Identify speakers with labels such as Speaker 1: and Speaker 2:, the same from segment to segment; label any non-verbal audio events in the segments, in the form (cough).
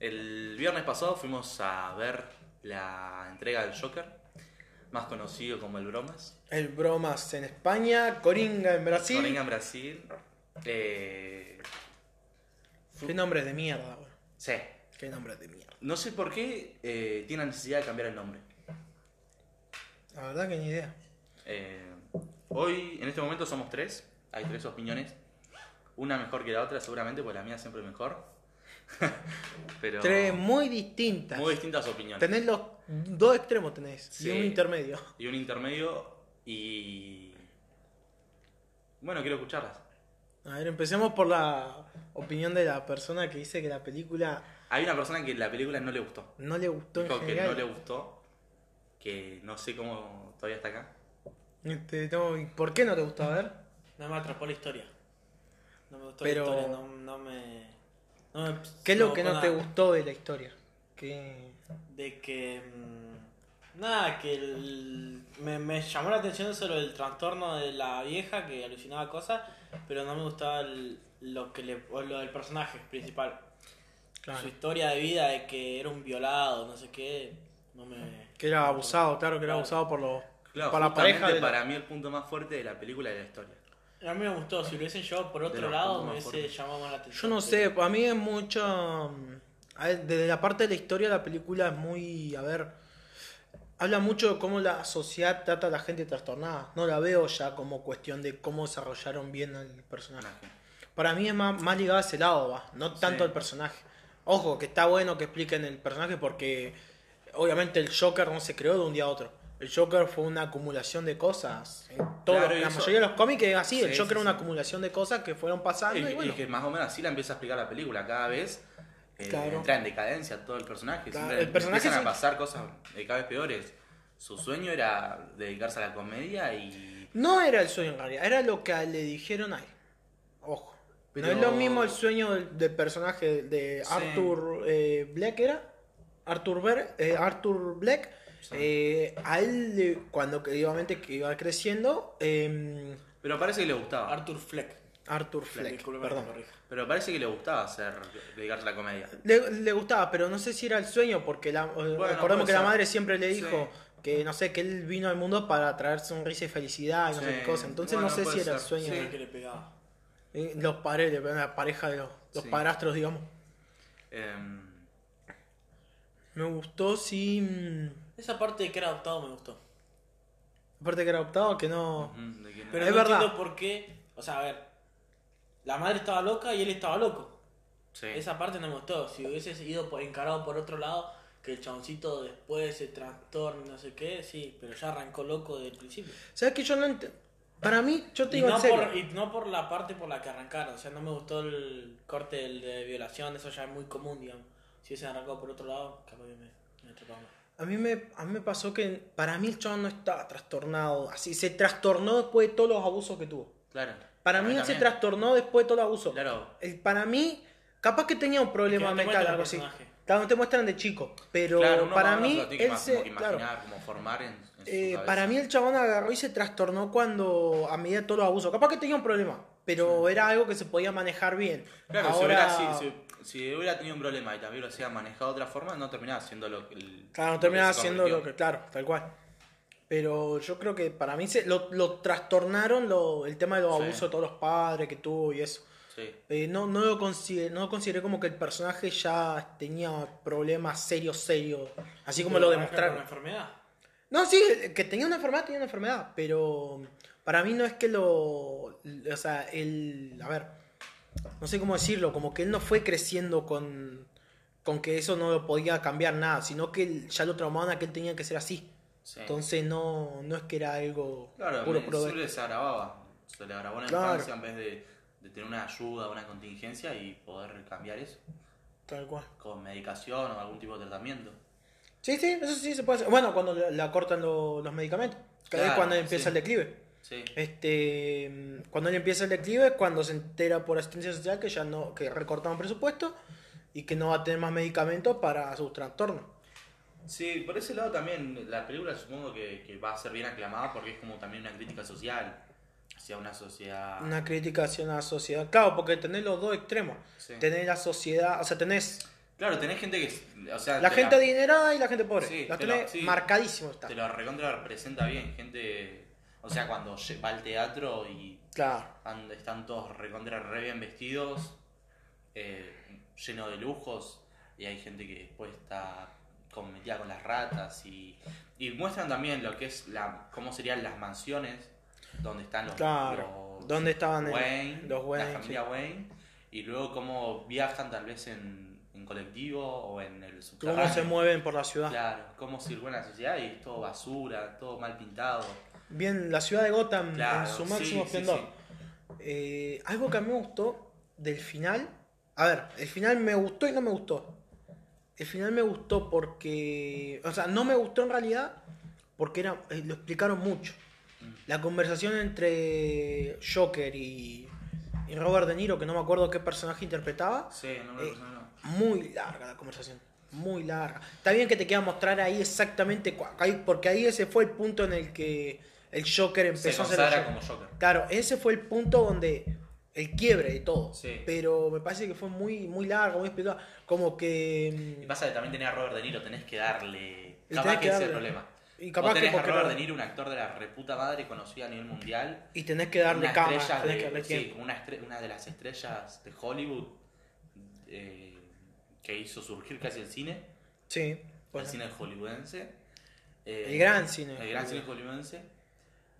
Speaker 1: El viernes pasado fuimos a ver la entrega del Joker, más conocido como el Bromas.
Speaker 2: El Bromas en España, Coringa en Brasil.
Speaker 1: Coringa en Brasil. Eh,
Speaker 2: Qué nombres de mierda, boludo.
Speaker 1: sí.
Speaker 2: Qué nombres de mierda.
Speaker 1: No sé por qué eh, tiene la necesidad de cambiar el nombre.
Speaker 2: La verdad que ni idea.
Speaker 1: Eh, hoy, en este momento, somos tres. Hay tres opiniones. Una mejor que la otra, seguramente, porque la mía siempre es mejor. (laughs) Pero
Speaker 2: Tres muy distintas.
Speaker 1: muy distintas opiniones.
Speaker 2: Tenés los dos extremos tenés
Speaker 1: Sí.
Speaker 2: y un intermedio.
Speaker 1: y un intermedio y... Bueno, quiero escucharlas.
Speaker 2: A ver, empecemos por la opinión de la persona que dice que la película
Speaker 1: Hay una persona que la película no le gustó.
Speaker 2: no le gustó
Speaker 1: Dijo
Speaker 2: en
Speaker 1: que no
Speaker 2: general.
Speaker 1: le gustó. Que no sé cómo todavía está acá.
Speaker 2: Este, no, ¿y ¿Por qué no te gustó? A ver.
Speaker 3: No me atrapó la historia. No me gustó
Speaker 2: Pero-
Speaker 3: la historia, no, no me. no me-
Speaker 2: ¿Qué es lo
Speaker 3: no,
Speaker 2: que no
Speaker 3: nada.
Speaker 2: te gustó de la historia? Que
Speaker 3: De que. mm, Nada, que el- me, me llamó la atención eso lo del trastorno de la vieja que alucinaba cosas, pero no me gustaba el- lo que le, o lo del personaje principal. Su
Speaker 2: claro,
Speaker 3: historia de vida de que era un violado, no sé qué. No me.
Speaker 2: que era abusado, claro, que era
Speaker 3: Claro.
Speaker 2: abusado por los
Speaker 1: Claro,
Speaker 2: por la
Speaker 1: justamente
Speaker 2: pareja de la- Ah.
Speaker 1: para mí el punto más fuerte de la película y de la historia.
Speaker 3: A mí me gustó, si lo hubiesen llevado por
Speaker 1: De
Speaker 3: otro
Speaker 1: los
Speaker 3: lado,
Speaker 1: puntos
Speaker 3: me
Speaker 1: más
Speaker 3: hubiese
Speaker 1: fuertes.
Speaker 3: llamado más la
Speaker 2: Yo
Speaker 3: atención.
Speaker 2: no sé,
Speaker 3: pero-
Speaker 2: para mí es mucho. mm, a ver, Desde la parte de la historia, la película es muy. A ver. Habla mucho de cómo la sociedad trata a la gente trastornada. No la veo ya como cuestión de cómo desarrollaron bien al personaje. Para mí es más, más ligado a ese lado, va. No tanto
Speaker 1: Sí.
Speaker 2: al personaje. Ojo, que está bueno que expliquen el personaje porque. Obviamente el Joker no se creó de un día a otro. El Joker fue una acumulación de cosas. En todo-
Speaker 1: Claro, y
Speaker 2: la
Speaker 1: eso-
Speaker 2: mayoría de los cómics es así. el
Speaker 1: Sí,
Speaker 2: Joker
Speaker 1: sí,
Speaker 2: era una
Speaker 1: sí.
Speaker 2: acumulación de cosas que fueron pasando.
Speaker 1: Y,
Speaker 2: Y,
Speaker 1: y
Speaker 2: bueno.
Speaker 1: que más o menos así la empieza a explicar la película. Cada vez eh,
Speaker 2: Claro.
Speaker 1: entra en decadencia todo el personaje.
Speaker 2: Claro,
Speaker 1: Siempre
Speaker 2: el personaje
Speaker 1: empiezan
Speaker 2: es
Speaker 1: a
Speaker 2: un-
Speaker 1: pasar cosas eh, cada vez peores. Su sueño era dedicarse a la comedia y...
Speaker 2: No era el sueño en realidad, era lo que le dijeron ahí. Ojo.
Speaker 1: Pero-
Speaker 2: No es lo mismo el sueño del, del personaje de
Speaker 1: Sí.
Speaker 2: Arthur eh, Black, ¿era? Arthur, Ber- eh, Arthur Black.
Speaker 1: Sí.
Speaker 2: Eh, a él, le- cuando que- obviamente que iba creciendo, eh,
Speaker 1: Pero parece que le gustaba.
Speaker 3: Arthur Fleck.
Speaker 2: Arthur Fleck,
Speaker 3: Disculpe que me
Speaker 2: perdón.
Speaker 3: corrija.
Speaker 1: Pero parece que le gustaba hacer dedicarse a la comedia.
Speaker 2: Le, le gustaba, pero no sé si era el sueño, porque la, eh, recordemos
Speaker 1: puede
Speaker 2: que la
Speaker 1: ser.
Speaker 2: madre siempre le dijo
Speaker 1: Sí.
Speaker 2: que, no sé, que él vino al mundo para traer sonrisa y felicidad y no sé
Speaker 1: Sí.
Speaker 2: qué cosa. Entonces
Speaker 1: Bueno,
Speaker 2: no sé
Speaker 1: puede
Speaker 2: si era el
Speaker 1: ser.
Speaker 2: sueño.
Speaker 1: Sí.
Speaker 2: de-
Speaker 3: que le pegaba.
Speaker 2: Eh, Los paredes, la pareja de los, los
Speaker 1: Sí.
Speaker 2: padrastros, digamos.
Speaker 1: Em,
Speaker 2: Me gustó, sí. mm,
Speaker 3: Esa parte de que era adoptado me gustó.
Speaker 2: Aparte que era adoptado, que no.
Speaker 1: mm, ¿de quién era?
Speaker 3: Pero
Speaker 2: Es
Speaker 3: no
Speaker 2: verdad.
Speaker 3: entiendo por qué. O sea, a ver. La madre estaba loca y él estaba loco.
Speaker 1: Sí.
Speaker 3: Esa parte no me gustó. Si hubieses ido por, encarado por otro lado, que el chaboncito después se trastorne, no sé qué, sí, pero ya arrancó loco desde el principio.
Speaker 2: ¿Sabes que yo no entiendo? Para mí, yo te
Speaker 3: Y
Speaker 2: digo
Speaker 3: no,
Speaker 2: en serio.
Speaker 3: por, y no por la parte por la que arrancaron. O sea, no me gustó el corte del de violación, eso ya es muy común, digamos. Si hubiesen arrancado por otro lado, capaz que me, me atrapaba más.
Speaker 2: A mí, me, a mí me pasó que para mí el chabón no estaba trastornado. Así se trastornó después de todos los abusos que tuvo.
Speaker 1: Claro.
Speaker 2: Para mí, él se
Speaker 1: también.
Speaker 2: trastornó después de todos los abusos.
Speaker 1: Claro.
Speaker 2: El, para mí, capaz que tenía un problema
Speaker 3: Que no te
Speaker 2: mental,
Speaker 3: muestran
Speaker 2: algo
Speaker 3: el
Speaker 2: así.
Speaker 3: personaje.
Speaker 2: Claro, no te muestran de chico. Pero
Speaker 1: Claro, uno
Speaker 2: para
Speaker 1: más o menos
Speaker 2: mí,
Speaker 1: lo tiene que
Speaker 2: él
Speaker 1: más-
Speaker 2: se.
Speaker 1: como que
Speaker 2: claro.
Speaker 1: imaginar, como formar en, en su
Speaker 2: Eh,
Speaker 1: cabeza.
Speaker 2: para mí el chabón agarró y se trastornó cuando a medida de todos los abusos. Capaz que tenía un problema, pero era algo que se podía manejar bien.
Speaker 1: Claro, si,
Speaker 2: Ahora,
Speaker 1: hubiera, si, si- si hubiera tenido un problema y también lo hacía manejado de otra forma, no terminaba siendo lo que. el-
Speaker 2: Claro,
Speaker 1: lo
Speaker 2: no
Speaker 1: que
Speaker 2: terminaba
Speaker 1: se
Speaker 2: haciendo
Speaker 1: convirtió.
Speaker 2: lo que, claro, tal cual. Pero yo creo que para mí se, lo, lo trastornaron lo- el tema de los
Speaker 1: Sí.
Speaker 2: abusos de todos los padres que tuvo y eso.
Speaker 1: Sí.
Speaker 2: Eh, no, no, lo consideré, no lo consideré como que el personaje ya tenía problemas serios, serios. Así como
Speaker 3: Pero
Speaker 2: lo
Speaker 3: arranca con
Speaker 2: demostraron.
Speaker 3: la enfermedad.
Speaker 2: No, sí, que tenía una enfermedad, tenía una enfermedad, pero para mí no es que lo... O sea, él... A ver, no sé cómo decirlo, como que él no fue creciendo con, con que eso no lo podía cambiar nada, sino que él- ya lo traumaban a que él tenía que ser así.
Speaker 1: sí.
Speaker 2: Entonces no, no es que era algo
Speaker 1: Eh. claro,
Speaker 2: puro
Speaker 1: me-
Speaker 2: puro
Speaker 1: siempre se agravaba. Se le agravó en la
Speaker 2: Claro.
Speaker 1: infancia en vez de, de tener una ayuda, una contingencia y poder cambiar eso
Speaker 2: Tal cual.
Speaker 1: con medicación o algún tipo de tratamiento.
Speaker 2: Sí, sí, eso sí se puede hacer. Bueno, cuando la, la cortan lo- los medicamentos, que es
Speaker 1: Claro,
Speaker 2: cuando empieza
Speaker 1: sí.
Speaker 2: el declive.
Speaker 1: Sí.
Speaker 2: Este, mm, cuando él empieza el declive es cuando se entera por asistencia social que ya no, que recortaron presupuesto y que no va a tener más medicamentos para sus trastornos.
Speaker 1: Sí, por ese lado también la película supongo que, que va a ser bien aclamada porque es como también una crítica social hacia una sociedad.
Speaker 2: Una crítica hacia una sociedad. Claro, porque tenés los dos extremos.
Speaker 1: Sí.
Speaker 2: Tenés la sociedad, o sea, tenés
Speaker 1: Claro, tenés gente que. es- O sea,
Speaker 2: La
Speaker 1: Ah, te
Speaker 2: gente adinerada y la gente pobre.
Speaker 1: Sí,
Speaker 2: Las
Speaker 1: te la-
Speaker 2: tenés
Speaker 1: sí.
Speaker 2: marcadísimo está.
Speaker 1: Te lo recontra representa bien. Gente. O sea, cuando lle- va al teatro y
Speaker 2: Claro.
Speaker 1: and- están todos recontra re bien vestidos, eh, lleno de lujos, y hay gente que después está cometida con las ratas y, y muestran también lo que es la cómo serían las mansiones donde están los,
Speaker 2: Claro.
Speaker 1: los
Speaker 2: ¿Dónde estaban el-
Speaker 1: Wayne,
Speaker 2: los Wayne?
Speaker 1: la familia Wayne y luego cómo viajan tal vez en, en colectivo o en el
Speaker 2: sí. ¿Cómo
Speaker 1: subterráneo.
Speaker 2: se mueven por la ciudad?
Speaker 1: Claro, cómo sirve la sociedad y es todo basura, todo mal pintado.
Speaker 2: Bien, la ciudad de Gotham
Speaker 1: Claro,
Speaker 2: en su
Speaker 1: sí,
Speaker 2: máximo
Speaker 1: sí, sí.
Speaker 2: esplendor. Eh, algo que me gustó del final. A ver, el final me gustó y no me gustó. El final me gustó porque. O sea, no me gustó en realidad porque era, eh, lo explicaron mucho. La conversación entre Joker y, y Robert De Niro, que no me acuerdo qué personaje interpretaba,
Speaker 1: Sí, no me
Speaker 2: Eh, muy larga la conversación. Muy larga. Está bien que te quieran mostrar ahí exactamente. cua- ahí- Porque ahí ese fue el punto en el que el Joker
Speaker 1: Se
Speaker 2: empezó a hacer. el
Speaker 1: consagra
Speaker 2: Joker.
Speaker 1: como Joker.
Speaker 2: Claro, ese fue el punto donde el quiebre de todo.
Speaker 1: Sí.
Speaker 2: Pero me parece que fue muy, muy largo, muy explicado. Como
Speaker 1: Y
Speaker 2: que.
Speaker 1: pasa que también tenés a Robert De Niro, tenés que darle.
Speaker 2: Y
Speaker 1: Capaz
Speaker 2: tenés
Speaker 1: que
Speaker 2: que
Speaker 1: ese es el
Speaker 2: darle.
Speaker 1: problema.
Speaker 2: Y
Speaker 1: Capaz
Speaker 2: capaz que
Speaker 1: tenés a
Speaker 2: porque
Speaker 1: Robert
Speaker 2: no-
Speaker 1: De Niro, un actor de la reputa madre conocido a nivel mundial.
Speaker 2: y tenés que darle
Speaker 1: una
Speaker 2: cama,
Speaker 1: estrella
Speaker 2: tenés
Speaker 1: de-
Speaker 2: que darle
Speaker 1: sí,
Speaker 2: tiempo.
Speaker 1: una, estre- una de las estrellas de Hollywood eh, que hizo surgir casi el cine,
Speaker 2: Sí, pues,
Speaker 1: el cine hollywoodense. eh,
Speaker 2: El gran cine
Speaker 1: El gran cine hollywoodense.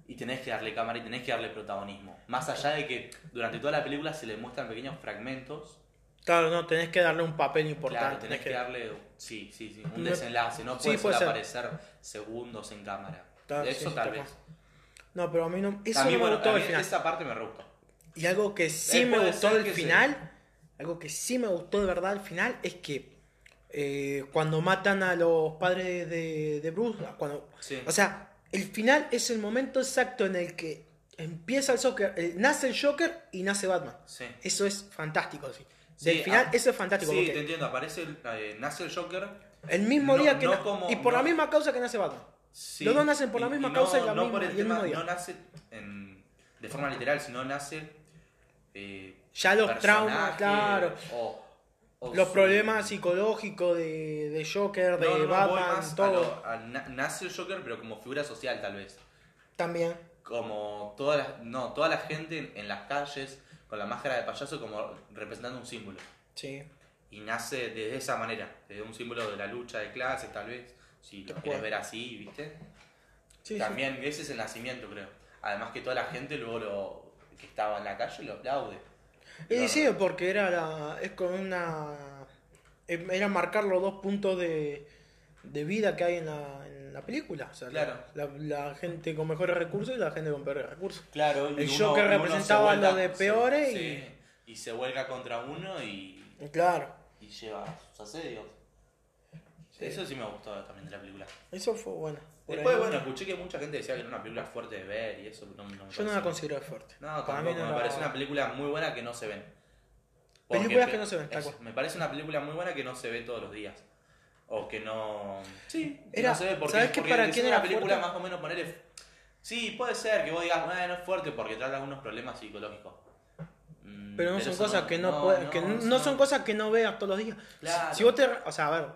Speaker 1: Y tenés que darle cámara y tenés que darle protagonismo. Más allá de que durante toda la película se le muestran pequeños fragmentos
Speaker 2: Claro, no, tenés que darle un papel importante.
Speaker 1: Claro, tenés
Speaker 2: tenés
Speaker 1: que darle uh, sí, sí, sí, un
Speaker 2: Me-
Speaker 1: desenlace, no
Speaker 2: Sí,
Speaker 1: puede,
Speaker 2: puede ser.
Speaker 1: aparecer segundos en cámara.
Speaker 2: Tal-
Speaker 1: Eso
Speaker 2: sí,
Speaker 1: tal
Speaker 2: tal
Speaker 1: vez.
Speaker 2: No, pero a mí no. Eso
Speaker 1: a mí,
Speaker 2: no me
Speaker 1: bueno,
Speaker 2: gustó
Speaker 1: a mí
Speaker 2: al final.
Speaker 1: esa parte me gustó.
Speaker 2: Y algo que sí
Speaker 1: Eh,
Speaker 2: me
Speaker 1: puede
Speaker 2: gustó
Speaker 1: ser
Speaker 2: al
Speaker 1: que sí.
Speaker 2: final, algo que sí me gustó de verdad al final, es que eh, cuando matan a los padres de, de Bruce, cuando,
Speaker 1: Sí.
Speaker 2: o sea, el final es el momento exacto en el que empieza el Joker, eh, nace el Joker y nace Batman.
Speaker 1: Sí.
Speaker 2: Eso es fantástico, sí.
Speaker 1: Sí,
Speaker 2: Del final,
Speaker 1: ah,
Speaker 2: eso es fantástico.
Speaker 1: Sí,
Speaker 2: porque
Speaker 1: te entiendo, aparece el- eh, nace el Joker.
Speaker 2: el mismo
Speaker 1: No-
Speaker 2: día que...
Speaker 1: no
Speaker 2: na-
Speaker 1: como-
Speaker 2: y por
Speaker 1: no-
Speaker 2: la misma causa que nace Batman.
Speaker 1: sí,
Speaker 2: Los dos nacen por la misma causa y la
Speaker 1: no
Speaker 2: misma-
Speaker 1: por
Speaker 2: y
Speaker 1: el
Speaker 2: el mismo
Speaker 1: tema-
Speaker 2: día.
Speaker 1: No nace en- de forma literal, sino nace eh,
Speaker 2: Ya los
Speaker 1: personaje
Speaker 2: traumas, claro.
Speaker 1: o- o
Speaker 2: Los
Speaker 1: su-
Speaker 2: problemas psicológicos de, de Joker, de
Speaker 1: No, no, voy
Speaker 2: Batman,
Speaker 1: más a
Speaker 2: todo.
Speaker 1: lo- a na- nace el Joker, pero como figura social tal vez.
Speaker 2: También.
Speaker 1: como toda la, no, toda la gente en, en las calles con la máscara de payaso como representando un símbolo.
Speaker 2: Sí.
Speaker 1: Y nace desde esa manera, desde un símbolo de la lucha de clases tal vez, si lo
Speaker 2: Tal
Speaker 1: quieres
Speaker 2: cual.
Speaker 1: ver así, ¿viste?
Speaker 2: Sí, sí.
Speaker 1: También ese es el nacimiento, creo. Además que toda la gente luego lo, que estaba en la calle lo aplaude.
Speaker 2: Y
Speaker 1: Lo-
Speaker 2: sí, porque era la, es con una em, era marcar los dos puntos de, de vida que hay en la, en la película. O sea, la- la, la gente con mejores recursos y la gente con peores recursos.
Speaker 1: Claro,
Speaker 2: El Joker
Speaker 1: se
Speaker 2: representaba a los de peores
Speaker 1: sí,
Speaker 2: y-
Speaker 1: sí, y se vuelca contra uno y,
Speaker 2: Y Claro,
Speaker 1: y lleva sus asedios.
Speaker 2: Sí.
Speaker 1: Eso sí me gustó también de la película.
Speaker 2: eso fue bueno. Por
Speaker 1: Después,
Speaker 2: ahí-
Speaker 1: bueno, escuché que mucha gente decía que era una película fuerte de ver y eso. No, no me
Speaker 2: yo no
Speaker 1: pareció.
Speaker 2: la considero fuerte.
Speaker 1: No,
Speaker 2: Para mí
Speaker 1: tampoco.
Speaker 2: no
Speaker 1: me
Speaker 2: la-
Speaker 1: parece una película muy buena que no se ven.
Speaker 2: Películas
Speaker 1: pe-
Speaker 2: que no se ven, tal
Speaker 1: eso,
Speaker 2: cual.
Speaker 1: Me parece una película muy buena que no se ve todos los días. O que no. Sí, que
Speaker 2: Era-
Speaker 1: no se ve porque,
Speaker 2: ¿sabes qué?
Speaker 1: porque
Speaker 2: ¿Para
Speaker 1: es
Speaker 2: quién
Speaker 1: una
Speaker 2: era
Speaker 1: película
Speaker 2: fuerte?
Speaker 1: más o menos ponerle. Sí, puede ser que vos digas, bueno, es fuerte porque trata algunos problemas psicológicos. Mm,
Speaker 2: Pero no son
Speaker 1: eso
Speaker 2: cosas que no, puede- que no,
Speaker 1: eso
Speaker 2: son cosas que no veas todos los días.
Speaker 1: Claro.
Speaker 2: Si vos te, o sea, a ver,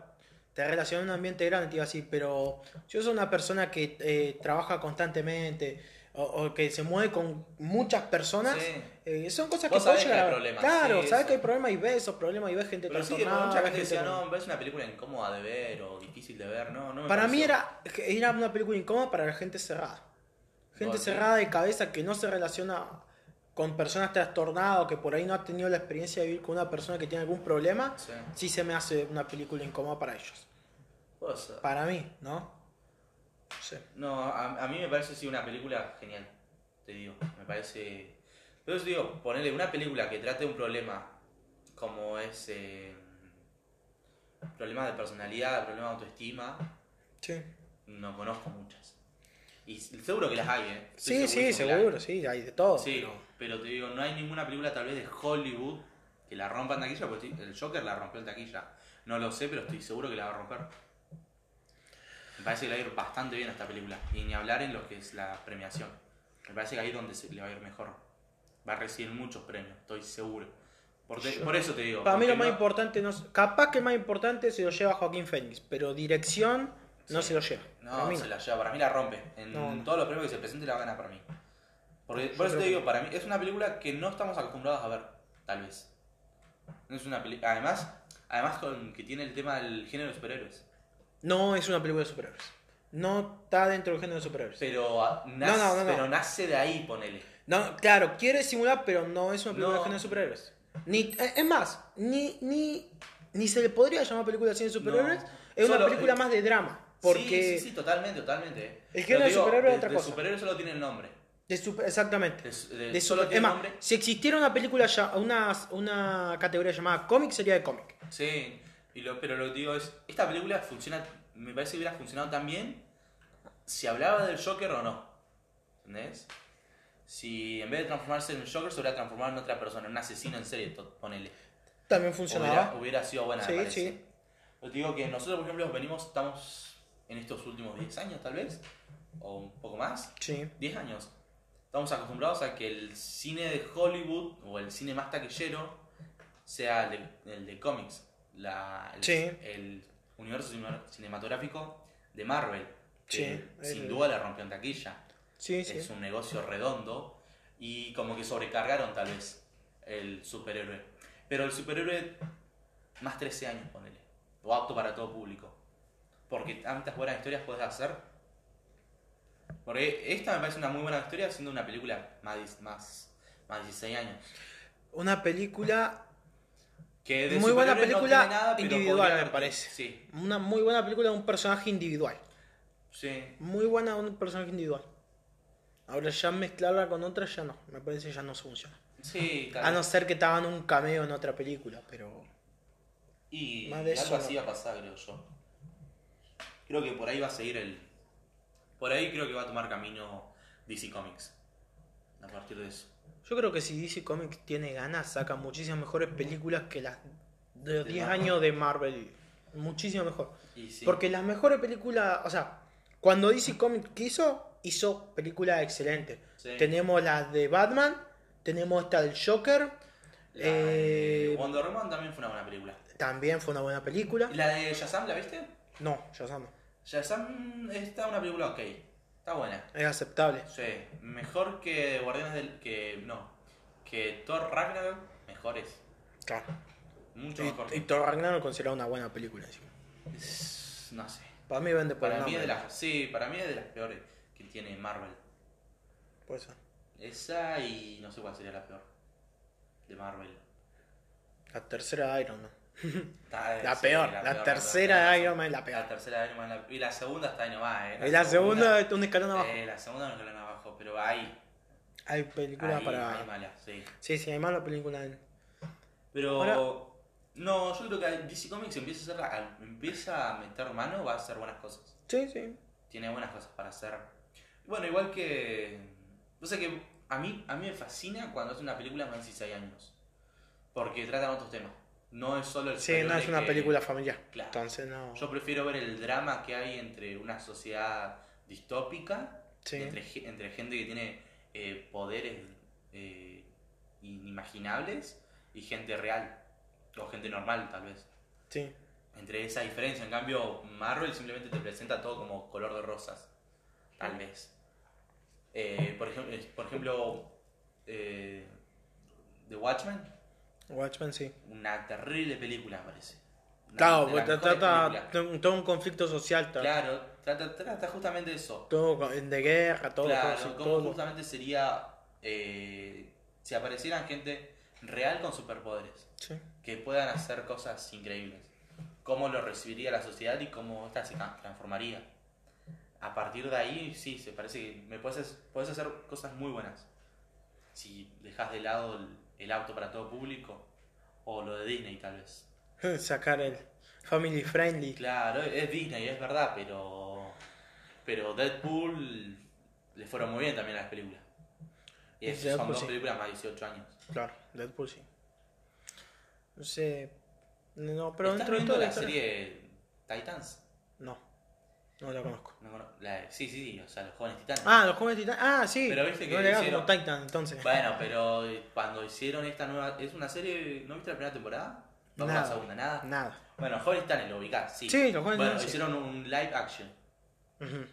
Speaker 2: te relacionas en un ambiente grande, te iba a decir, pero yo soy una persona que eh, trabaja constantemente o, o que se mueve con muchas personas,
Speaker 1: Sí.
Speaker 2: eh, son cosas
Speaker 1: Vos
Speaker 2: que puedes
Speaker 1: sabés que hay
Speaker 2: llegar a ver.
Speaker 1: problemas,
Speaker 2: Claro,
Speaker 1: sí,
Speaker 2: sabes
Speaker 1: eso.
Speaker 2: que hay problemas y ves esos problemas y ves gente
Speaker 1: Pero sí,
Speaker 2: trastornada,
Speaker 1: mucha
Speaker 2: ves
Speaker 1: gente decía,
Speaker 2: con-
Speaker 1: no, es una película incómoda de ver o difícil de ver. No, no me
Speaker 2: Para mí
Speaker 1: pareció.
Speaker 2: era, era una película incómoda para la gente cerrada. Gente
Speaker 1: Bueno, sí.
Speaker 2: cerrada de cabeza que no se relaciona con personas trastornadas o que por ahí no ha tenido la experiencia de vivir con una persona que tiene algún problema.
Speaker 1: Sí.
Speaker 2: Sí se me hace una película incómoda para ellos.
Speaker 1: Puede ser.
Speaker 2: Para mí, ¿no? No sé.
Speaker 1: No, a, a mí me parece sí una película genial, te digo, me parece... Pero yo digo, ponerle una película que trate un problema como es eh, problema de personalidad, problema de autoestima,
Speaker 2: Sí,
Speaker 1: no conozco muchas. Y seguro que las hay, ¿eh? Estoy
Speaker 2: sí, sí,
Speaker 1: segurísimo que las
Speaker 2: seguro, sí, hay de todo.
Speaker 1: hay. Sí,
Speaker 2: pero-
Speaker 1: pero te digo, no hay ninguna película tal vez de Hollywood que la rompa en taquilla, porque estoy- el Joker la rompió en taquilla. No lo sé, pero estoy seguro que la va a romper. Me parece que le va a ir bastante bien a esta película. Y ni hablar en lo que es la premiación. Me parece que ahí es donde se, le va a ir mejor. Va a recibir muchos premios, estoy seguro. Por, te- por eso te digo.
Speaker 2: Para mí
Speaker 1: porque
Speaker 2: lo más
Speaker 1: no-
Speaker 2: importante, no, capaz que el más importante se lo lleva Joaquín Fénix, pero dirección no
Speaker 1: Sí.
Speaker 2: se lo lleva.
Speaker 1: No,
Speaker 2: Para mí
Speaker 1: se la lleva, para mí la rompe. En
Speaker 2: No, no.
Speaker 1: todos los premios que se presente la gana para mí. Porque,
Speaker 2: Yo
Speaker 1: por eso
Speaker 2: creo
Speaker 1: te
Speaker 2: que
Speaker 1: digo,
Speaker 2: no.
Speaker 1: para mí es una película que no estamos acostumbrados a ver, tal vez. No es una peli- Además, además con que tiene el tema del género de superhéroes.
Speaker 2: No es una película de superhéroes. No está dentro del género de superhéroes.
Speaker 1: Pero, ah, nace,
Speaker 2: no, no, no.
Speaker 1: pero nace de ahí, ponele.
Speaker 2: No, claro, quiere simular, pero no es una película
Speaker 1: No.
Speaker 2: de género de superhéroes. Ni, eh, es más, ni, ni, ni se le podría llamar película de cine de superhéroes.
Speaker 1: No.
Speaker 2: Es una
Speaker 1: Solo- eh,
Speaker 2: película más de drama. Porque.
Speaker 1: Sí, sí, sí, totalmente, totalmente.
Speaker 2: El género de superhéroe es otra cosa.
Speaker 1: El superhéroe solo tiene el nombre.
Speaker 2: de super- exactamente.
Speaker 1: De su- de-
Speaker 2: De
Speaker 1: Eh, solo
Speaker 2: super-
Speaker 1: tiene
Speaker 2: es
Speaker 1: el
Speaker 2: más,
Speaker 1: nombre.
Speaker 2: si existiera una película, ya, una, una categoría llamada cómic, sería de cómic.
Speaker 1: Sí, y lo, pero lo que digo es, esta película funciona, me parece que hubiera funcionado tan bien si hablaba del Joker o no. ¿Entendés? Si en vez de transformarse en el Joker se hubiera transformado en otra persona, en un asesino en serie, to- ponele.
Speaker 2: También
Speaker 1: Hubiera,
Speaker 2: funcionaba.
Speaker 1: hubiera sido buena,
Speaker 2: Sí,
Speaker 1: me parece.
Speaker 2: sí.
Speaker 1: Lo que digo que nosotros, por ejemplo, venimos, estamos en estos últimos 10 años tal vez, o un poco más,
Speaker 2: Sí.
Speaker 1: 10 años. Estamos acostumbrados a que el cine de Hollywood o el cine más taquillero sea el de, el de cómics, la, el,
Speaker 2: Sí.
Speaker 1: el universo cine- cinematográfico de Marvel, que
Speaker 2: Sí,
Speaker 1: sin
Speaker 2: el-
Speaker 1: duda la rompió en taquilla.
Speaker 2: Sí, sí.
Speaker 1: Es un negocio redondo y como que sobrecargaron tal vez el superhéroe. Pero el superhéroe más 13 años, ponele, o apto para todo público. Porque tantas buenas historias puedes hacer. Porque esta me parece una muy buena historia siendo una película más, dis- más, más 16 años.
Speaker 2: Una película
Speaker 1: Que de
Speaker 2: Muy buena
Speaker 1: superhéroes no
Speaker 2: película
Speaker 1: tiene nada, pero
Speaker 2: individual,
Speaker 1: podría
Speaker 2: me
Speaker 1: haber-
Speaker 2: parece.
Speaker 1: Sí,
Speaker 2: Una muy buena película de un personaje individual.
Speaker 1: sí.
Speaker 2: Muy buena de un personaje individual. Ahora ya mezclarla con otra ya no. Me parece que ya no se funciona.
Speaker 1: Sí, tal
Speaker 2: A Ah, no
Speaker 1: vez.
Speaker 2: ser que te hagan un cameo en otra película, pero.
Speaker 1: Y
Speaker 2: Más de
Speaker 1: algo
Speaker 2: eso
Speaker 1: así
Speaker 2: no.
Speaker 1: va a pasar, creo yo. Creo que por ahí va a seguir el. Por ahí creo que va a tomar camino DC Comics. A partir de eso.
Speaker 2: Yo creo que si DC Comics tiene ganas, saca muchísimas mejores películas que las de los
Speaker 1: De
Speaker 2: 10
Speaker 1: Marvel.
Speaker 2: años de Marvel. Muchísimo mejor.
Speaker 1: Y sí.
Speaker 2: Porque las mejores películas, o sea, cuando DC Comics quiso, hizo películas excelentes.
Speaker 1: Sí.
Speaker 2: Tenemos las de Batman, tenemos esta del Joker,
Speaker 1: La de
Speaker 2: eh,
Speaker 1: Wonder Woman también fue una buena película.
Speaker 2: también fue una buena película.
Speaker 1: ¿Y la de Shazam la viste?
Speaker 2: No, ya sabemos,
Speaker 1: Shazam está una película ok. Está buena.
Speaker 2: es aceptable.
Speaker 1: Sí. Mejor que Guardianes del. que. no. Que Thor Ragnarok, mejores.
Speaker 2: Claro.
Speaker 1: Mucho mejor.
Speaker 2: Y, y Thor Ragnarok considerado una buena película encima.
Speaker 1: Es- No sé.
Speaker 2: Para mí vende por
Speaker 1: Para
Speaker 2: el
Speaker 1: mí es de
Speaker 2: nombre.
Speaker 1: las. Sí, para mí es de las peores que tiene Marvel.
Speaker 2: Puede ser.
Speaker 1: Esa y no sé cuál sería la peor. De Marvel.
Speaker 2: La tercera de Iron Man.
Speaker 1: Está-
Speaker 2: La
Speaker 1: sí,
Speaker 2: peor, la, tercera de Iron Man es la
Speaker 1: La
Speaker 2: peor.
Speaker 1: tercera de Iron Man. la- Y la segunda está ahí nomás, eh.
Speaker 2: Y la segunda es un escalón abajo.
Speaker 1: eh, la segunda no es abajo, pero ahí.
Speaker 2: Hay películas
Speaker 1: ahí, ahí
Speaker 2: para.
Speaker 1: mala, sí.
Speaker 2: Sí, sí, hay malas películas. en-
Speaker 1: Pero.
Speaker 2: Ahora-
Speaker 1: No, yo creo que DC Comics empieza a, hacer, la- empieza a meter mano, va a hacer buenas cosas.
Speaker 2: Sí, sí.
Speaker 1: Tiene buenas cosas para hacer. Bueno, igual que. No sé que a mí, a mí me fascina cuando hace una película más de 16 años. Porque tratan otros temas. No es solo el
Speaker 2: Sí, no es
Speaker 1: superhéroe
Speaker 2: una
Speaker 1: que-
Speaker 2: película familiar.
Speaker 1: Claro.
Speaker 2: Entonces no.
Speaker 1: Yo prefiero ver el drama que hay entre una sociedad distópica,
Speaker 2: Sí.
Speaker 1: entre, ge- entre gente que tiene eh, poderes eh, inimaginables y gente real, o gente normal tal vez.
Speaker 2: Sí.
Speaker 1: Entre esa diferencia, en cambio, Marvel simplemente te presenta todo como color de rosas, tal vez. Eh, por, ejem- eh, por ejemplo, eh, The Watchmen,
Speaker 2: Watchmen sí.
Speaker 1: una terrible película parece. Una
Speaker 2: Claro,
Speaker 1: de
Speaker 2: porque
Speaker 1: las
Speaker 2: tra-
Speaker 1: mejores
Speaker 2: trata
Speaker 1: películas.
Speaker 2: to- todo un conflicto social, tra-
Speaker 1: Claro, trata, trata justamente eso.
Speaker 2: todo co- de guerra, todo,
Speaker 1: claro,
Speaker 2: todo, sí,
Speaker 1: como
Speaker 2: todo.
Speaker 1: justamente sería eh, si aparecieran gente real con superpoderes,
Speaker 2: Sí. (laughs)
Speaker 1: que puedan hacer cosas increíbles. Cómo lo recibiría la sociedad y cómo esta se tra- transformaría. A partir de ahí, sí, se parece que me puedes, hacer- puedes hacer cosas muy buenas. Si dejas de lado el, el auto para todo público o lo de Disney tal vez.
Speaker 2: Sacar el family friendly.
Speaker 1: Claro, es Disney, es verdad, pero. Pero Deadpool le fueron muy bien también a las películas. Y es-
Speaker 2: Deadpool,
Speaker 1: son dos
Speaker 2: sí.
Speaker 1: películas más de 18 años.
Speaker 2: Claro, Deadpool sí. No sé. No, pero
Speaker 1: ¿Estás
Speaker 2: dentro de
Speaker 1: viendo
Speaker 2: todo.
Speaker 1: la
Speaker 2: está-
Speaker 1: serie Titans?
Speaker 2: No. No la conozco.
Speaker 1: No cono- la- sí, sí, sí, o sea, los jóvenes titanes.
Speaker 2: Ah, los jóvenes titanes. Ah, sí.
Speaker 1: Pero viste
Speaker 2: No
Speaker 1: que
Speaker 2: le hagas
Speaker 1: hicieron-
Speaker 2: como Titan, entonces.
Speaker 1: Bueno, pero eh, cuando hicieron esta nueva. ¿Es una serie? ¿No viste la primera temporada? Vamos a la
Speaker 2: Nada.
Speaker 1: segunda, nada.
Speaker 2: Nada.
Speaker 1: Bueno, Jóvenes Titanes, lo ubicás, sí.
Speaker 2: Sí, los Jóvenes
Speaker 1: Bueno,
Speaker 2: Titanes, sí.
Speaker 1: hicieron un live action
Speaker 2: Ujú.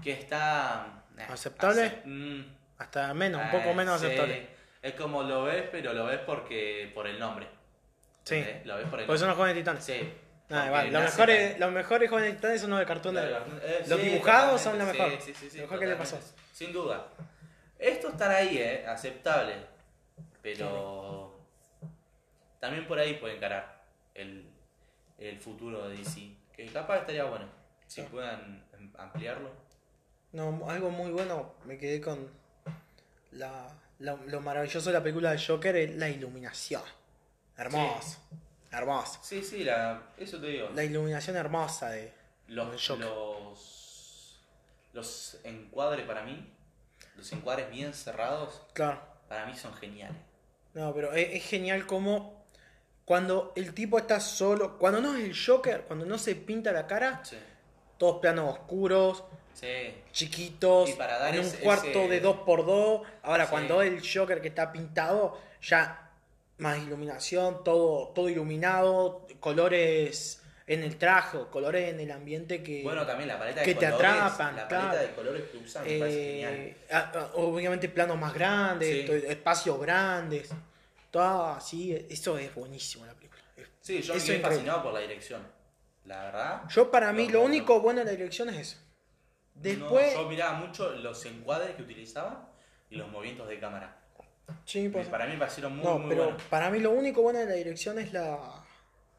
Speaker 1: que está. eh,
Speaker 2: ¿Aceptable?
Speaker 1: acep- mm,
Speaker 2: Hasta menos, un
Speaker 1: eh,
Speaker 2: poco menos
Speaker 1: sí.
Speaker 2: aceptable.
Speaker 1: Es como lo ves, pero lo ves porque por el nombre.
Speaker 2: Sí. Pues
Speaker 1: ¿Entendés? Lo ves por el
Speaker 2: Porque son los jóvenes
Speaker 1: nombre.
Speaker 2: titanes.
Speaker 1: Sí.
Speaker 2: Nada,
Speaker 1: Porque
Speaker 2: igual, Los
Speaker 1: nace
Speaker 2: mejores,
Speaker 1: con-
Speaker 2: los mejores jóvenes titanes son los de cartón de
Speaker 1: Eh,
Speaker 2: Los
Speaker 1: sí,
Speaker 2: dibujados son
Speaker 1: totalmente,
Speaker 2: lo mejor.
Speaker 1: Sí, sí, sí, sí,
Speaker 2: Lo mejor que le
Speaker 1: totalmente.
Speaker 2: pasó.
Speaker 1: Sin duda. Esto estará ahí, ¿eh? Aceptable. Pero. También por ahí puede encarar el, el futuro de DC. Que capaz estaría bueno. Si
Speaker 2: Sí.
Speaker 1: puedan em- ampliarlo.
Speaker 2: No, algo muy bueno, me quedé con la, la- lo maravilloso de la película de Joker es la iluminación. Hermoso. Hermoso.
Speaker 1: Sí, sí, la, eso te digo.
Speaker 2: La iluminación hermosa de. el
Speaker 1: Los,
Speaker 2: shock.
Speaker 1: los, los encuadres para mí, los encuadres bien cerrados,
Speaker 2: Claro.
Speaker 1: para mí son geniales.
Speaker 2: No, pero es, es genial como cuando el tipo está solo. Cuando no es el Joker, cuando no se pinta la cara,
Speaker 1: Sí.
Speaker 2: todos planos oscuros,
Speaker 1: Sí.
Speaker 2: chiquitos,
Speaker 1: Y para dar
Speaker 2: en un
Speaker 1: ese-
Speaker 2: cuarto
Speaker 1: ese-
Speaker 2: de 2x2. Ahora,
Speaker 1: Sí.
Speaker 2: cuando el Joker que está pintado, ya más iluminación, todo, todo iluminado, colores en el traje, colores en el ambiente que.
Speaker 1: Bueno, también la paleta de
Speaker 2: que te
Speaker 1: colores.
Speaker 2: atrapan,
Speaker 1: la
Speaker 2: claro.
Speaker 1: paleta de colores que usan me parece genial.
Speaker 2: eh, a- a- obviamente planos más grandes,
Speaker 1: Sí.
Speaker 2: to- espacios grandes, todo así, eso es buenísimo en la película. Es-
Speaker 1: Sí, yo me
Speaker 2: eso
Speaker 1: quedé
Speaker 2: es
Speaker 1: fascinado por la dirección. La verdad.
Speaker 2: Yo para mí
Speaker 1: No,
Speaker 2: lo
Speaker 1: no,
Speaker 2: único
Speaker 1: no.
Speaker 2: bueno de la dirección es eso. Después,
Speaker 1: no, yo miraba mucho los encuadres que utilizaban y los movimientos de cámara.
Speaker 2: sí, pues-
Speaker 1: Para mí me parecieron muy,
Speaker 2: no,
Speaker 1: muy
Speaker 2: pero
Speaker 1: buenos.
Speaker 2: para mí lo único bueno de la dirección es la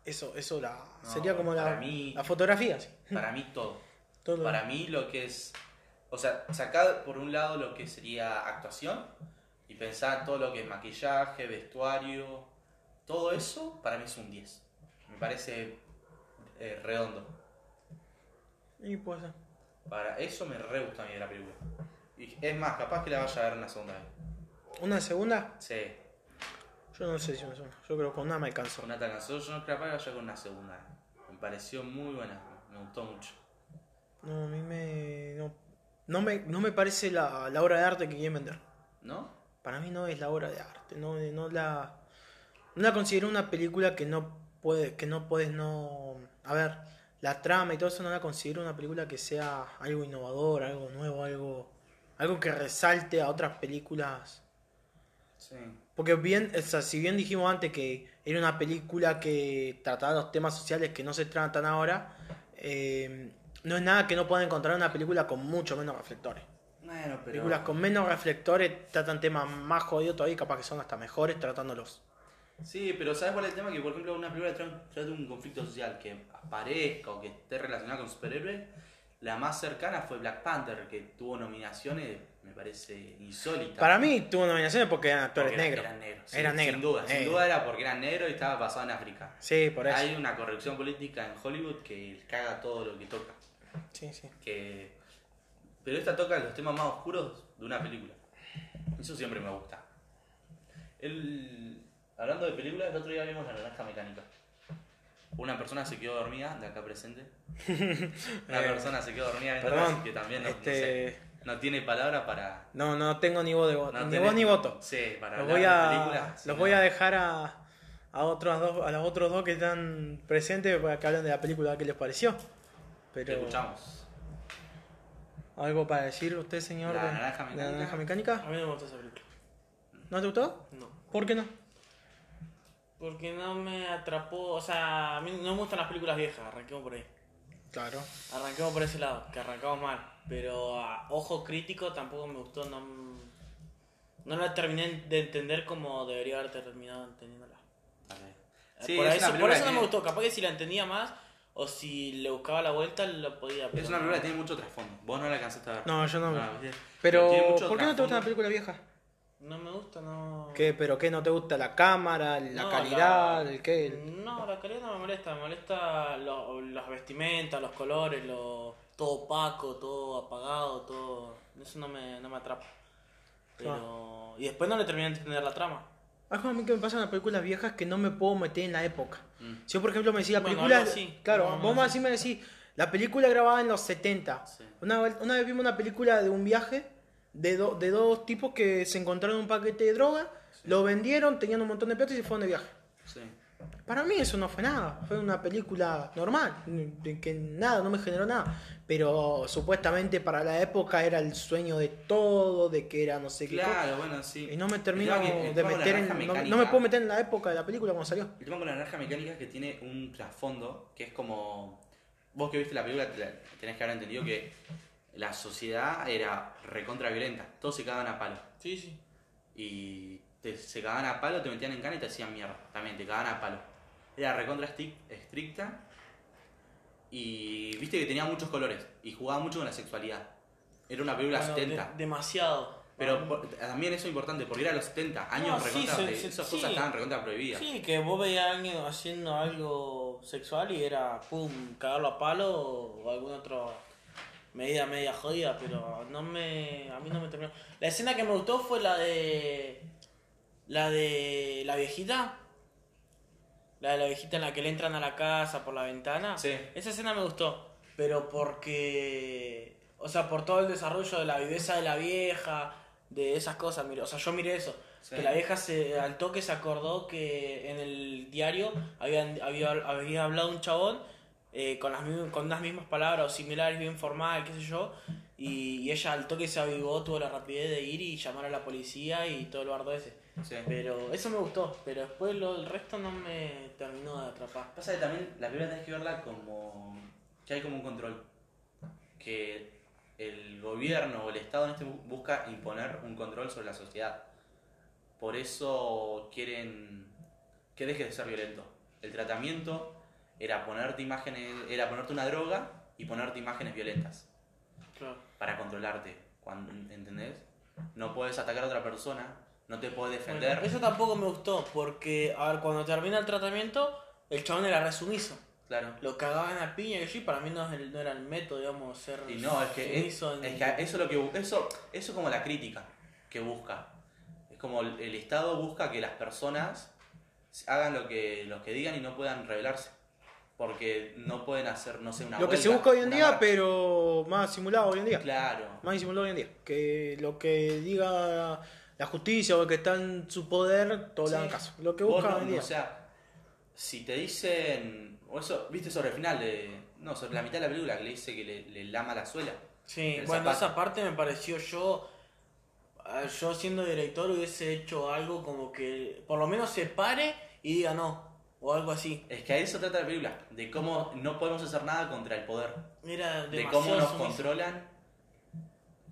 Speaker 2: eso, eso la
Speaker 1: No,
Speaker 2: sería como la,
Speaker 1: para mí-
Speaker 2: la fotografía, sí.
Speaker 1: Para mí todo.
Speaker 2: Todo lo-
Speaker 1: Para mí lo que es, o sea, sacar por un lado lo que sería actuación y pensar en todo lo que es maquillaje, vestuario, todo eso para mí es un 10. Me parece eh, redondo.
Speaker 2: Y pues eh,
Speaker 1: Para eso me re gusta a mí de la película. Y es más, capaz que la vaya a ver una segunda vez.
Speaker 2: una segunda,
Speaker 1: Sí,
Speaker 2: yo no sé si me suena. Yo creo que con una me alcanzó.
Speaker 1: con Nathan Cancelo, yo no capaz que vaya con una segunda vez. Me pareció muy buena, me gustó mucho.
Speaker 2: No, a mí me no, no me no me parece la, la obra de arte que quieren vender.
Speaker 1: ¿No?
Speaker 2: Para mí no es la obra de arte, no, no la no la considero una película que no puede que no puedes no a ver, la trama y todo eso no la considero una película que sea algo innovador, algo nuevo, algo algo que resalte a otras películas.
Speaker 1: Sí.
Speaker 2: Porque bien, o sea, si bien dijimos antes que era una película que trataba los temas sociales que no se tratan ahora, eh, no es nada que no puedan encontrar en una película con mucho menos reflectores.
Speaker 1: Bueno, pero...
Speaker 2: Películas con menos reflectores tratan temas más jodidos todavía, y capaz que son hasta mejores tratándolos.
Speaker 1: Sí, pero ¿sabes cuál es el tema? Que, por ejemplo, una película que tra- trata un conflicto social que aparezca o que esté relacionada con superhéroes, la más cercana fue Black Panther, que tuvo nominaciones, me parece, insólitas.
Speaker 2: Para mí tuvo nominaciones porque eran actores
Speaker 1: Porque eran- Eran
Speaker 2: negros. Eh.
Speaker 1: negros. sí,
Speaker 2: Eran negros,
Speaker 1: Sin duda, sin
Speaker 2: negros.
Speaker 1: duda era porque eran negros y estaba basado en África.
Speaker 2: Sí, por eso.
Speaker 1: Hay una corrección política en Hollywood que caga todo lo que toca.
Speaker 2: Sí, sí.
Speaker 1: Que... Pero esta toca los temas más oscuros de una película. Eso siempre me gusta. El... Hablando de películas, el otro día vimos La Naranja Mecánica. Una persona se quedó dormida, de acá presente.
Speaker 2: (laughs)
Speaker 1: Una
Speaker 2: Eh,
Speaker 1: persona se quedó dormida viéndola,
Speaker 2: Perdón.
Speaker 1: así que también no, no sé,
Speaker 2: este,
Speaker 1: no tiene palabra para...
Speaker 2: no, no tengo ni voz de voto.
Speaker 1: no
Speaker 2: ni
Speaker 1: tiene-
Speaker 2: voz ni voto.
Speaker 1: Sí, para
Speaker 2: Los
Speaker 1: hablar
Speaker 2: voy
Speaker 1: de
Speaker 2: a,
Speaker 1: películas.
Speaker 2: los
Speaker 1: sino-
Speaker 2: voy a dejar a, a otros dos, a los otros dos que están presentes para que hablen de la película a ver qué les pareció.
Speaker 1: Te
Speaker 2: Pero
Speaker 1: escuchamos.
Speaker 2: algo para decir usted, señor,
Speaker 1: La
Speaker 2: de-
Speaker 1: naranja
Speaker 2: de
Speaker 1: mecánica.
Speaker 2: la naranja
Speaker 3: A
Speaker 2: mecánica.
Speaker 3: mí no me gustó esa película.
Speaker 2: ¿No te gustó?
Speaker 3: No.
Speaker 2: ¿Por qué no?
Speaker 3: Porque no me atrapó. O sea, a mí no me gustan las películas viejas. Arranquemos por ahí.
Speaker 2: Claro.
Speaker 3: Arranquemos por ese lado, que arrancamos mal. Pero a ojo crítico tampoco me gustó. No, no la terminé de entender como debería haber terminado entendiéndola.
Speaker 1: Vale.
Speaker 3: por,
Speaker 1: es
Speaker 3: eso,
Speaker 1: una
Speaker 3: por
Speaker 1: película
Speaker 3: eso no
Speaker 1: que-
Speaker 3: me gustó. Capaz que si la entendía más o si le buscaba la vuelta, lo podía. pero
Speaker 1: Es una
Speaker 3: no.
Speaker 1: película que tiene mucho trasfondo. Vos no la alcanzaste a ver.
Speaker 2: No, yo no.
Speaker 1: ¿viste?
Speaker 2: Pero,
Speaker 1: tiene mucho
Speaker 2: ¿por qué no te
Speaker 1: trasfondo.
Speaker 2: gusta la película vieja?
Speaker 3: No me gusta, no.
Speaker 2: ¿Qué? ¿Pero qué? ¿No te gusta la cámara, la
Speaker 3: No,
Speaker 2: calidad,
Speaker 3: la-
Speaker 2: el qué?
Speaker 3: No, la calidad no me molesta. Me molesta lo- las vestimentas, los colores, lo, todo opaco, todo apagado, todo. Eso no me, no me atrapa. Pero.
Speaker 2: Ah.
Speaker 3: Y después no le terminé de entender la trama.
Speaker 2: Algo a mí que me pasa en las películas viejas que no me puedo meter en la época.
Speaker 1: Mm.
Speaker 2: Si yo, por ejemplo, me decís la
Speaker 3: Bueno,
Speaker 2: película.
Speaker 3: algo así.
Speaker 2: Claro,
Speaker 3: No, no,
Speaker 2: vos
Speaker 3: no.
Speaker 2: así me decís La película grabada en los 70.
Speaker 1: Sí.
Speaker 2: Una, vez- una vez vimos una película de un viaje de, do- de dos tipos que se encontraron un paquete de droga, lo vendieron, tenían un montón de plata y se fueron de viaje.
Speaker 1: Sí.
Speaker 2: Para mí eso no fue nada, fue una película normal, de que nada, no me generó nada. Pero supuestamente para la época era el sueño de todo, de que era no sé qué. cosa.
Speaker 1: Claro, bueno, sí.
Speaker 2: Y no me termino
Speaker 1: Mirá que el
Speaker 2: de
Speaker 1: tema con la
Speaker 2: meter en.
Speaker 1: naranja
Speaker 2: No, no me
Speaker 1: mecánica-
Speaker 2: puedo meter en la época de la película cuando salió.
Speaker 1: El tema con la naranja mecánica es que tiene un trasfondo que es como. Vos que viste la película te la- tenés que haber entendido que la sociedad era recontra violenta. Todos se cagaban a palo.
Speaker 3: Sí, sí.
Speaker 1: Y te, se cagaban a palo, te metían en cana y te hacían mierda. También te cagaban a palo. Era recontra esti- estricta. Y viste que tenía muchos colores. Y jugaba mucho con la sexualidad. Era una película
Speaker 3: Bueno, de-
Speaker 1: 70.
Speaker 3: demasiado.
Speaker 1: Pero por- también eso es importante, porque era los 70, años
Speaker 3: No, sí,
Speaker 1: recontra.
Speaker 3: se-
Speaker 1: prohi-
Speaker 3: se-
Speaker 1: esas
Speaker 3: sí.
Speaker 1: cosas estaban recontra prohibidas.
Speaker 3: Sí, que vos veías a alguien haciendo algo sexual y era, pum, cagarlo a palo o alguna otra medida media jodida, pero no me, a mí no me terminó. La escena que me gustó fue la de, la de la viejita, la de la viejita en la que le entran a la casa por la ventana.
Speaker 1: Sí.
Speaker 3: Esa escena me gustó, pero porque, o sea, por todo el desarrollo de la viveza de la vieja, de esas cosas, miré- o sea, yo miré eso.
Speaker 1: Sí.
Speaker 3: Que la vieja se, al toque se acordó que en el diario habían, había, había hablado un chabón eh, con, las, mism- con unas mismas palabras o similares, bien formal, qué sé yo. Y, y ella al toque se avivó, tuvo la rapidez de ir y llamar a la policía y todo el bardo ese.
Speaker 1: Sí.
Speaker 3: Pero eso me gustó, pero después lo, el resto no me terminó de atrapar.
Speaker 1: Pasa que también la película tenés que verla como. que hay como un control. Que el gobierno o el Estado en este bu- busca imponer un control sobre la sociedad. Por eso quieren que dejes de ser violento. El tratamiento era ponerte imágenes. era ponerte una droga y ponerte imágenes violentas.
Speaker 3: Claro.
Speaker 1: Para controlarte. Cuando, ¿Entendés? No puedes atacar a otra persona, no te puedes
Speaker 3: Bueno,
Speaker 1: defender.
Speaker 3: eso tampoco me gustó, porque a ver, cuando termina el tratamiento, el chabón era resumiso.
Speaker 1: Claro.
Speaker 3: Lo cagaban a piña y yo, y para mí no, es el- no era el método, digamos, ser
Speaker 1: Y no, es que, es,
Speaker 3: sumiso en-
Speaker 1: es que eso es lo que bu- eso, eso es como la crítica que busca. Es como el, el Estado busca que las personas hagan lo que, lo que digan y no puedan rebelarse. Porque no pueden hacer, no sé, una
Speaker 2: lo que se
Speaker 1: huelga,
Speaker 2: busca hoy en
Speaker 1: una
Speaker 2: día,
Speaker 1: marcha.
Speaker 2: pero más simulado hoy en día.
Speaker 1: Claro.
Speaker 2: Más disimulado hoy en día. Que lo que diga la justicia o el que está en su poder, todo le dan
Speaker 1: Sí.
Speaker 2: caso. Lo que
Speaker 1: Vos
Speaker 2: busca
Speaker 1: no-
Speaker 2: hoy en día.
Speaker 1: O sea, si te dicen. O eso, viste sobre el final de. No, sobre la mitad de la película que le dice que le, le lama la suela.
Speaker 3: Sí,
Speaker 1: el
Speaker 3: bueno,
Speaker 1: zapato.
Speaker 3: esa parte me pareció yo. ah, Yo siendo director hubiese hecho algo como que por lo menos se pare y diga no, o algo así.
Speaker 1: Es que a eso trata la película, de cómo no podemos hacer nada contra el poder.
Speaker 3: Era
Speaker 1: de
Speaker 3: demasiado
Speaker 1: cómo nos
Speaker 3: sumiso.
Speaker 1: controlan,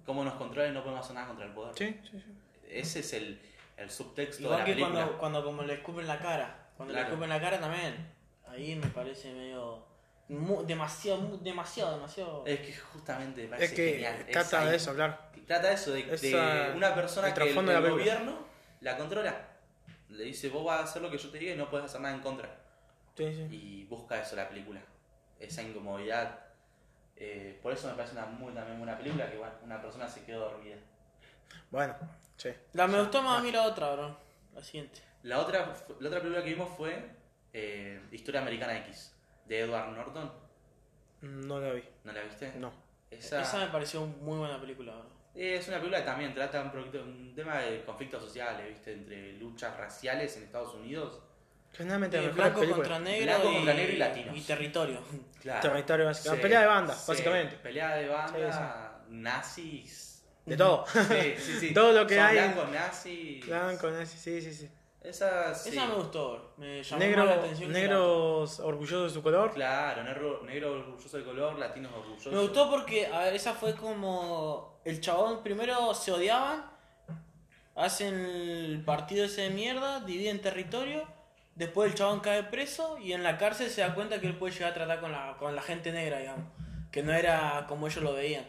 Speaker 1: cómo nos controlan y no podemos hacer nada contra el poder.
Speaker 2: Sí, sí, sí.
Speaker 1: Ese es el, el subtexto de
Speaker 3: Igual
Speaker 1: la
Speaker 3: que
Speaker 1: película.
Speaker 3: cuando, cuando como le escupen la cara. Cuando
Speaker 1: Claro.
Speaker 3: le escupen la cara también. Ahí me parece medio. mu- demasiado, mu- demasiado, demasiado.
Speaker 1: Es que justamente me
Speaker 2: Es
Speaker 1: parece
Speaker 2: que
Speaker 1: genial.
Speaker 2: trata
Speaker 1: ahí.
Speaker 2: de eso, claro.
Speaker 1: Y Trata de eso, de, de
Speaker 2: Esa-
Speaker 1: una persona
Speaker 2: el
Speaker 1: que el,
Speaker 2: trasfondo de la
Speaker 1: el
Speaker 2: película.
Speaker 1: gobierno la controla. Le dice, vos vas a hacer lo que yo te diga y no puedes hacer nada en contra.
Speaker 2: Sí, sí.
Speaker 1: Y busca eso la película, esa incomodidad. Eh, por eso me parece una muy también buena película, que bueno, una persona se quedó dormida.
Speaker 2: Bueno, sí.
Speaker 3: La me gustó
Speaker 1: Ah.
Speaker 3: más a mí la otra, bro. La siguiente.
Speaker 1: La otra, fu- la otra película que vimos fue eh, Historia Americana X, de Edward Norton.
Speaker 2: No la vi.
Speaker 1: ¿No la viste?
Speaker 2: No.
Speaker 1: Esa,
Speaker 3: Esa me pareció muy buena película, bro.
Speaker 1: es una película que también trata un, poquito- un tema de conflictos sociales, ¿viste? Entre luchas raciales en Estados Unidos.
Speaker 2: Generalmente
Speaker 3: Eh,
Speaker 2: las mejores
Speaker 3: blanco
Speaker 2: películas.
Speaker 3: contra negro.
Speaker 1: Blanco
Speaker 3: y,
Speaker 1: contra negro y latinos.
Speaker 3: y territorio.
Speaker 1: Claro.
Speaker 2: Territorio, básicamente. Pelea de banda,
Speaker 1: sí,
Speaker 2: básicamente.
Speaker 1: Pelea de banda, nazis.
Speaker 2: De todo.
Speaker 1: Sí, sí, sí.
Speaker 2: (laughs) Todo lo que
Speaker 1: Son
Speaker 2: hay.
Speaker 1: Blancos, nazis.
Speaker 2: Blanco, nazi, sí, sí, sí.
Speaker 1: Esa, sí.
Speaker 3: Esa me gustó, bro. Me llamó
Speaker 2: Negro,
Speaker 3: más la atención. que la otra.
Speaker 2: negros orgullosos de su color.
Speaker 1: Claro, negro, negro orgulloso de color, latinos orgullosos.
Speaker 3: Me gustó porque a ver, esa fue como. El chabón primero se odiaban, hacen el partido ese de mierda, dividen territorio, después el chabón cae preso y en la cárcel se da cuenta que él puede llegar a tratar con la, con la gente negra, digamos, que no era como ellos lo veían.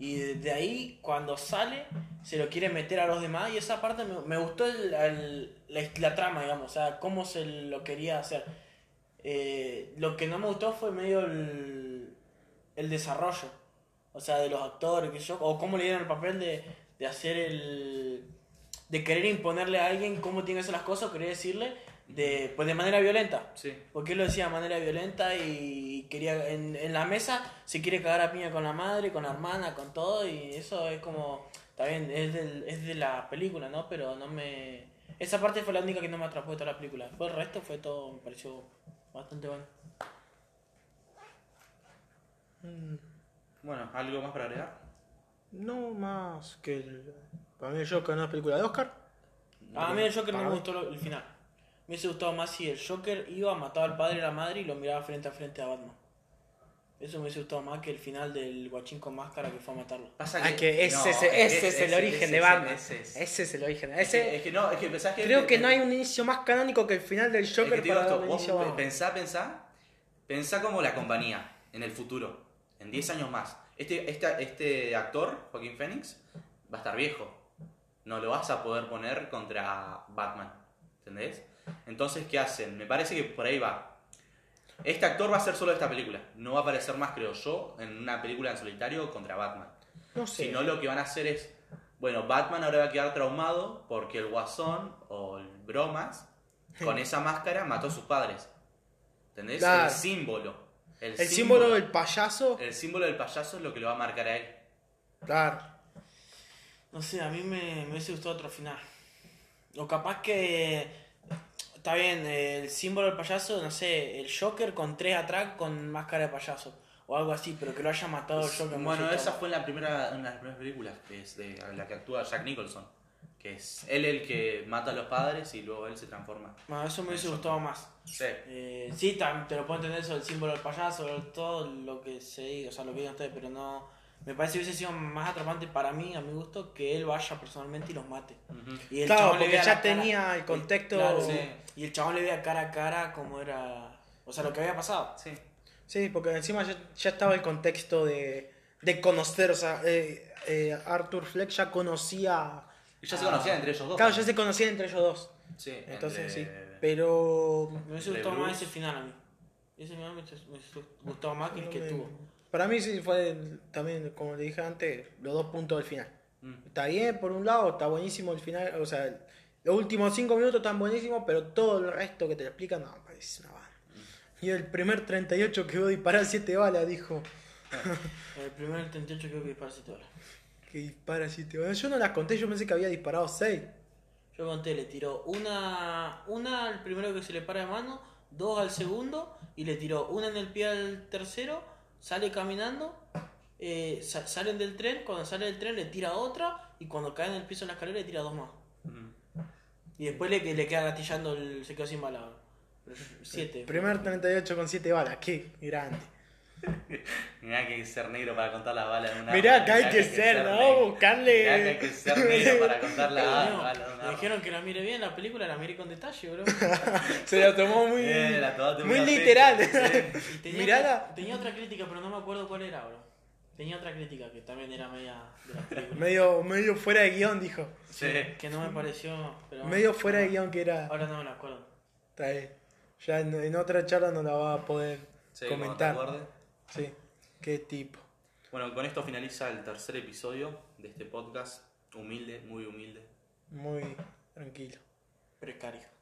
Speaker 3: Y de de ahí, cuando sale, se lo quiere meter a los demás y esa parte me, me gustó el- el- la, la trama, digamos, o sea, cómo se lo quería hacer. Eh, lo que no me gustó fue medio el, el desarrollo. O sea, de los actores, que yo, o cómo le dieron el papel de, de hacer el. de querer imponerle a alguien cómo tiene que hacer las cosas, o querer decirle, de, pues de manera violenta.
Speaker 1: Sí.
Speaker 3: Porque él lo decía de manera violenta y quería en, en la mesa se quiere cagar a piña con la madre, con la hermana, con todo y eso es como también es, del, es de la película, ¿no? Pero no me esa parte fue la única que no me atrapó de toda la película. Después el resto fue todo me pareció bastante bueno.
Speaker 1: Bueno, ¿algo más para agregar?
Speaker 2: No más que el- para mí el Joker no es película de Oscar.
Speaker 3: A mí el Joker no
Speaker 2: para
Speaker 3: me
Speaker 2: mí.
Speaker 3: gustó lo- el final. Me hubiese gustado más si el Joker iba, mataba al padre y a la madre y lo miraba frente a frente a Batman. Eso me hubiese gustado más que el final del guachín con máscara que fue a matarlo.
Speaker 1: Pasa
Speaker 4: Ah, que ese,
Speaker 1: no,
Speaker 4: es, ese es el origen
Speaker 1: ese-
Speaker 4: de Batman.
Speaker 1: ese
Speaker 4: Ese,
Speaker 1: es-
Speaker 4: es el origen.
Speaker 1: Es que-
Speaker 4: Ese,
Speaker 1: es que no, es que pensás que.
Speaker 2: Creo que no hay un inicio más canónico que el final del
Speaker 1: es que
Speaker 2: Joker
Speaker 1: te digo
Speaker 2: para
Speaker 1: esto,
Speaker 2: darle
Speaker 1: vos
Speaker 2: inicio a Batman.
Speaker 1: pensá, pensá, pensá como la compañía en el futuro, en 10 años más. Este, este, este actor, Joaquín Phoenix, va a estar viejo. No lo vas a poder poner contra Batman. ¿Entendés? Entonces, ¿qué hacen? Me parece que por ahí va. Este actor va a ser solo de esta película. No va a aparecer más, creo yo, en una película en solitario contra Batman.
Speaker 2: No sé.
Speaker 1: Si no, lo que van a hacer es. Bueno, Batman ahora va a quedar traumado porque el guasón o el bromas con esa máscara mató a sus padres. ¿Entendés?
Speaker 2: Claro.
Speaker 1: El símbolo. El,
Speaker 2: el símbolo del payaso.
Speaker 1: el símbolo del payaso es lo que lo va a marcar a él.
Speaker 2: Claro.
Speaker 3: No sé, a mí me, me hubiese gustado otro final. O capaz que. Está bien, el símbolo del payaso, no sé, el Joker con tres atrás con máscara de payaso. O algo así, pero que lo haya matado el Joker. me
Speaker 1: bueno,
Speaker 3: hubiese
Speaker 1: esa
Speaker 3: gustado.
Speaker 1: fue en la primera, una de las primeras películas que es de en la que actúa Jack Nicholson. Que es él el que mata a los padres y luego él se transforma.
Speaker 3: Bueno, eso me hubiese gustado más.
Speaker 1: Sí.
Speaker 3: Eh, sí, tam- te lo puedo entender eso, el símbolo del payaso, todo lo que se diga, o sea, lo que digan ustedes, pero no. Me parece que hubiese sido más atrapante para mí, a mi gusto, que él vaya personalmente y los mate.
Speaker 1: Ujú.
Speaker 3: Y el
Speaker 2: Claro,
Speaker 3: chabón le
Speaker 2: porque
Speaker 3: vea
Speaker 2: ya
Speaker 3: la cara.
Speaker 2: tenía el contexto-
Speaker 3: Claro,
Speaker 1: Sí.
Speaker 3: Y el chabón le veía cara a cara como era. O sea, lo que había pasado.
Speaker 1: Sí.
Speaker 2: Sí, porque encima ya, ya estaba el contexto de, de conocer, o sea, eh, eh, Arthur Fleck ya conocía...
Speaker 1: Y ya se
Speaker 2: a-
Speaker 1: conocían entre ellos dos.
Speaker 2: Claro, ya se conocían entre ellos dos.
Speaker 1: Sí,
Speaker 2: Entonces
Speaker 1: entre-
Speaker 2: sí. Pero...
Speaker 3: Me hubiese
Speaker 1: Entre
Speaker 3: gustado más
Speaker 1: Bruce.
Speaker 3: ese final a mí. Ese final me hubiese- me hubiese gustado más que el que
Speaker 2: no me-
Speaker 3: tuvo.
Speaker 2: Para mí sí fue el- también, como le dije antes, los dos puntos del final.
Speaker 1: Mm.
Speaker 2: Está bien, por un lado, está buenísimo el final, o sea, los últimos cinco minutos están buenísimos, pero todo el resto que te lo explican, no, es una banda. Y el primer 38 que voy a disparar 7 balas, dijo.
Speaker 3: El primer 38 creo que disparó siete balas.
Speaker 2: Que dispara 7 balas. Yo no las conté, yo pensé que había disparado 6.
Speaker 3: Yo conté, le tiró una, una al primero que se le para de mano, dos al segundo, y le tiró una en el pie al tercero, sale caminando, eh, sa- salen del tren, cuando sale del tren le tira otra, y cuando cae en el piso de la escalera le tira dos más.
Speaker 1: Ujú.
Speaker 3: Y después le, le queda gatillando, el, se quedó sin bala. ahora. Pero Siete.
Speaker 2: Primer 38 con 7 balas, qué grande.
Speaker 1: Mirá que hay que ser negro para contar las balas de una
Speaker 2: Mirá que hay que ser, ¿no?
Speaker 1: negro.
Speaker 2: Buscarle-
Speaker 1: Mirá que hay que ser
Speaker 2: (laughs)
Speaker 1: negro para contar las
Speaker 3: Bueno,
Speaker 1: balas de una
Speaker 3: me dijeron que la mire bien la película, la miré con
Speaker 2: (laughs)
Speaker 3: detalle, bro.
Speaker 2: Se la tomó muy,
Speaker 1: Eh, la tomate
Speaker 2: muy
Speaker 1: una
Speaker 2: literal.
Speaker 1: fecha,
Speaker 3: Y tenía,
Speaker 2: Mirala.
Speaker 3: otra- tenía otra crítica, pero no me acuerdo cuál era, bro. Tenía otra crítica que también era media de la
Speaker 2: (laughs) (laughs)
Speaker 3: película.
Speaker 2: medio, medio fuera de guión, dijo. (laughs)
Speaker 1: Sí.
Speaker 3: Que no me pareció. Pero
Speaker 2: Medio fuera de guión que era.
Speaker 3: Ahora no me lo acuerdo.
Speaker 2: Está bien. Ya en, en otra charla no la va a poder
Speaker 1: Sí, cuando te
Speaker 2: comentar.
Speaker 1: acuerdes.
Speaker 2: Sí, qué tipo.
Speaker 1: Bueno, con esto finaliza el tercer episodio de este podcast. Humilde, muy humilde.
Speaker 2: Muy tranquilo.
Speaker 3: Precario.